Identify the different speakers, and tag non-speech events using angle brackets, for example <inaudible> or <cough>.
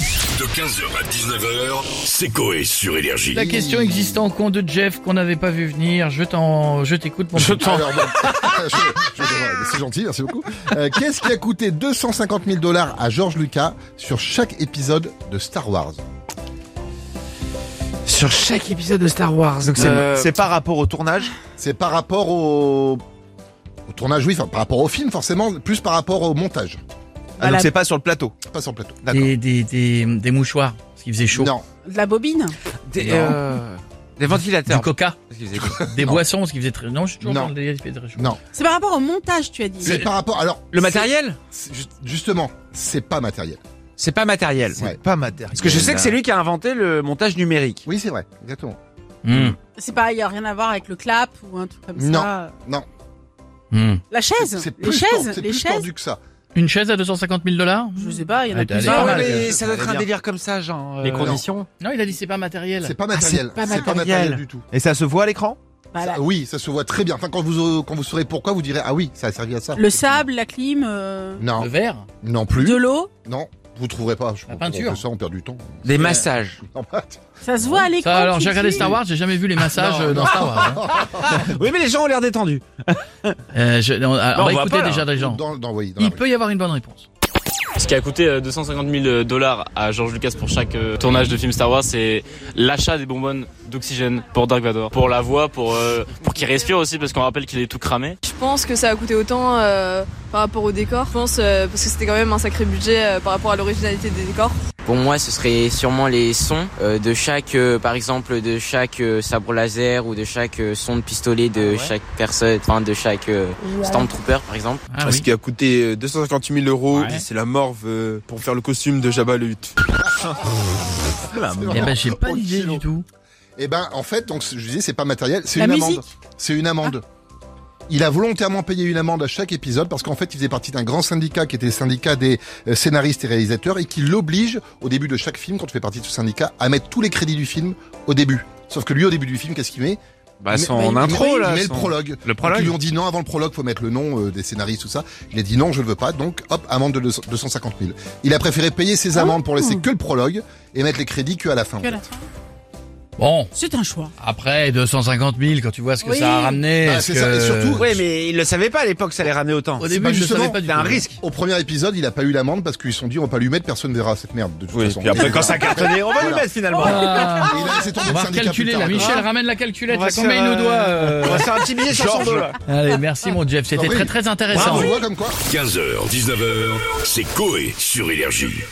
Speaker 1: De 15h à 19h, c'est Coé sur Énergie.
Speaker 2: La question existe en con de Jeff qu'on n'avait pas vu venir. Je t'en, je t'écoute mon pote. <laughs>
Speaker 3: Alors, bon, je- je- je- c'est gentil, merci beaucoup. Euh, Qu'est-ce qui a coûté 250 000 dollars à George Lucas sur chaque épisode de Star Wars
Speaker 4: Sur chaque épisode de Star Wars.
Speaker 5: Donc c'est
Speaker 4: Euh,
Speaker 5: c'est par rapport au tournage
Speaker 3: C'est par rapport au... au tournage, oui, enfin, par rapport au film forcément, plus par rapport au montage.
Speaker 5: Ah,
Speaker 6: Voilà.
Speaker 5: Donc c'est pas sur le plateau.
Speaker 3: Pas sur le plateau.
Speaker 5: D'accord.
Speaker 2: Des, des, des, des mouchoirs, parce qu'il faisait chaud.
Speaker 3: Non,
Speaker 6: De la bobine
Speaker 4: des,
Speaker 3: Non.
Speaker 4: euh, des
Speaker 2: Du
Speaker 4: ventilateurs.
Speaker 2: coca,
Speaker 4: Parce qu'ils étaient-
Speaker 2: des boissons, parce qu'il faisait très. Non, je suis toujours
Speaker 3: Non.
Speaker 2: dans le délire, il fait très chaud.
Speaker 3: Non.
Speaker 6: C'est par rapport au montage, tu as dit.
Speaker 3: c'est par rapport... Alors,
Speaker 4: Le matériel
Speaker 3: c'est ju- justement, c'est pas matériel.
Speaker 4: C'est pas matériel.
Speaker 3: Ouais.
Speaker 5: Pas matériel.
Speaker 4: Parce que je sais que c'est lui qui a inventé le montage numérique.
Speaker 3: Oui, c'est vrai, exactement.
Speaker 2: Hum,
Speaker 6: C'est pas, il y a rien à voir avec le clap ou un truc comme ça.
Speaker 2: hum.
Speaker 6: La
Speaker 3: C'est-
Speaker 6: chaise
Speaker 3: C'est
Speaker 6: Les
Speaker 3: plus, tor-
Speaker 6: chaises
Speaker 3: c'est
Speaker 6: Les
Speaker 3: plus
Speaker 6: chaises
Speaker 3: tordu que ça.
Speaker 2: Une chaise à 250 000 dollars
Speaker 6: Je sais pas, il y en a
Speaker 2: Ouais,
Speaker 6: plusieurs.
Speaker 2: pas
Speaker 4: Ah ouais,
Speaker 2: mal,
Speaker 4: mais
Speaker 5: euh,
Speaker 4: ça doit être
Speaker 5: elle est
Speaker 4: un
Speaker 5: bien.
Speaker 4: délire comme ça, genre.
Speaker 5: Les
Speaker 4: euh,
Speaker 5: conditions
Speaker 2: Non, il a dit c'est pas matériel.
Speaker 3: C'est pas
Speaker 4: Ah, c'est
Speaker 3: matériel.
Speaker 4: pas
Speaker 3: c'est pas
Speaker 4: matériel.
Speaker 3: matériel du tout.
Speaker 5: Et ça se voit à l'écran
Speaker 6: Bah, la-
Speaker 3: Ça- oui, ça se voit très bien. Enfin, quand vous, quand vous saurez pourquoi, vous direz, ah oui, ça a servi à ça.
Speaker 6: Le sable, la clim, euh,
Speaker 3: Non,
Speaker 2: Le verre
Speaker 3: non plus.
Speaker 6: de l'eau.
Speaker 3: Non, vous trouverez pas. Je
Speaker 2: La
Speaker 3: pense
Speaker 2: peinture.
Speaker 3: que Ça, on perd du temps. <laughs>
Speaker 4: Des massages.
Speaker 3: Non, pas-
Speaker 6: Ça se voit à l'écran.
Speaker 2: Ça, alors
Speaker 6: tu
Speaker 2: j'ai regardé
Speaker 6: dis.
Speaker 2: Star Wars, j'ai jamais vu les massages euh, dans Star Wars. hein.
Speaker 4: Oui, mais les gens ont l'air détendus.
Speaker 2: Euh, je- on, on
Speaker 4: on
Speaker 2: va
Speaker 4: voit
Speaker 2: écouter
Speaker 4: pas, là.
Speaker 2: déjà des gens.
Speaker 3: Dans, dans, oui, dans la
Speaker 2: Il
Speaker 3: rue.
Speaker 2: peut y avoir une bonne réponse.
Speaker 7: Ce qui a coûté euh, 250 000 dollars à George Lucas pour chaque euh, tournage de film Star Wars, c'est l'achat des bonbonnes d'oxygène pour Dark Vador, pour la voix, pour, euh, pour qu'il respire aussi, parce qu'on rappelle qu'il est tout cramé.
Speaker 8: Je pense que ça a coûté autant euh, par rapport au décor. Je pense euh, parce que c'était quand même un sacré budget euh, par rapport à l'originalité des décors.
Speaker 9: Pour moi, ce serait sûrement les sons euh, de chaque, euh, par exemple, de chaque euh, sabre laser ou de chaque euh, son de pistolet
Speaker 2: Ah
Speaker 9: de chaque personne, enfin de chaque euh, stormtrooper, par exemple.
Speaker 2: Bah Ah,
Speaker 10: Ce
Speaker 2: oui.
Speaker 10: qui a coûté euh, 250 000 euros,
Speaker 2: Ouais.
Speaker 10: c'est la morve euh, pour faire le costume de Jabba le Hutt.
Speaker 2: Eh ben j'ai pas
Speaker 3: Au
Speaker 2: d'idée
Speaker 3: kilo.
Speaker 2: du tout.
Speaker 3: Eh ben, en fait, donc je disais, c'est pas matériel, c'est
Speaker 6: La
Speaker 3: une
Speaker 6: musique.
Speaker 3: amende. C'est une
Speaker 2: Ah.
Speaker 3: amende. Il a volontairement payé une amende à chaque épisode parce qu'en fait, il faisait partie d'un grand syndicat qui était le syndicat des euh, scénaristes et réalisateurs et qui l'oblige au début de chaque film, quand tu fais partie de ce syndicat, à mettre tous les crédits du film au début. Sauf que lui, au début du film, qu'est-ce qu'il met
Speaker 4: Bah,
Speaker 3: Mais-
Speaker 4: son
Speaker 3: Il met-
Speaker 4: intro, là.
Speaker 3: Il met
Speaker 4: son-
Speaker 3: le prologue.
Speaker 4: Le
Speaker 3: Donc,
Speaker 4: prologue.
Speaker 3: ils lui ont dit non, avant le prologue, faut mettre le nom euh, des scénaristes, tout ça. Il a dit non, je ne veux pas, donc hop, amende de 200 250 000. Il a préféré payer ses amendes pour laisser que le prologue et mettre les crédits qu'à la fin. en
Speaker 6: Que la-
Speaker 3: fait.
Speaker 2: Bon,
Speaker 6: C'est un choix.
Speaker 2: après 250 000 quand tu vois ce que
Speaker 6: Oui.
Speaker 2: ça a ramené.
Speaker 3: Bah,
Speaker 2: est-ce
Speaker 3: c'est ça,
Speaker 2: que-
Speaker 3: et surtout-
Speaker 4: Ouais, mais il le savait pas à l'époque, ça allait ramener autant.
Speaker 2: Au
Speaker 3: C'est
Speaker 2: début,
Speaker 3: pas
Speaker 2: je ne
Speaker 3: justement-
Speaker 2: savais pas du
Speaker 4: C'est un
Speaker 3: <laughs>
Speaker 2: tout.
Speaker 4: risque.
Speaker 3: Au premier épisode, il a pas eu l'amende parce qu'ils se sont dit on va pas lui mettre, personne verra cette merde. De toute
Speaker 10: Oui,
Speaker 3: façon.
Speaker 10: puis après, quand
Speaker 4: Ça cartonnait, on va lui mettre finalement.
Speaker 3: Et il a laissé tomber
Speaker 2: Ah. On
Speaker 3: le
Speaker 2: va
Speaker 3: syndicat
Speaker 2: recalculer
Speaker 3: plus
Speaker 2: là.
Speaker 3: tard.
Speaker 2: Michel,
Speaker 4: Ah.
Speaker 2: ramène la calculette.
Speaker 4: On va
Speaker 2: là,
Speaker 4: se
Speaker 2: combien
Speaker 4: faire,
Speaker 2: il nous doit
Speaker 4: On
Speaker 2: euh,
Speaker 4: va se faire un petit billet sur son dos, là.
Speaker 2: Allez, merci mon Jeff. C'était
Speaker 3: Oui.
Speaker 2: très très intéressant.
Speaker 3: Bravo, tu vois comme quoi.
Speaker 1: 15h, 19h, c'est Coé sur Énergie.